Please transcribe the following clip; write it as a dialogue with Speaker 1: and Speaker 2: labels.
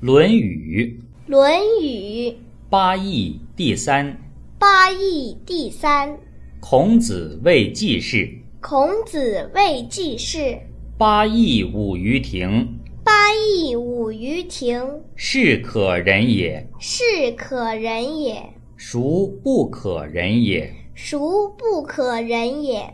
Speaker 1: 《论语
Speaker 2: 《论语》
Speaker 1: ·八佾第三》：
Speaker 2: 八佾第三，
Speaker 1: 孔子谓季氏，
Speaker 2: 孔子谓季氏：“
Speaker 1: 八佾舞于庭，
Speaker 2: 八佾舞于庭，
Speaker 1: 是可忍也，
Speaker 2: 是可忍也，
Speaker 1: 孰不可忍也？”
Speaker 2: 孰不可忍也？”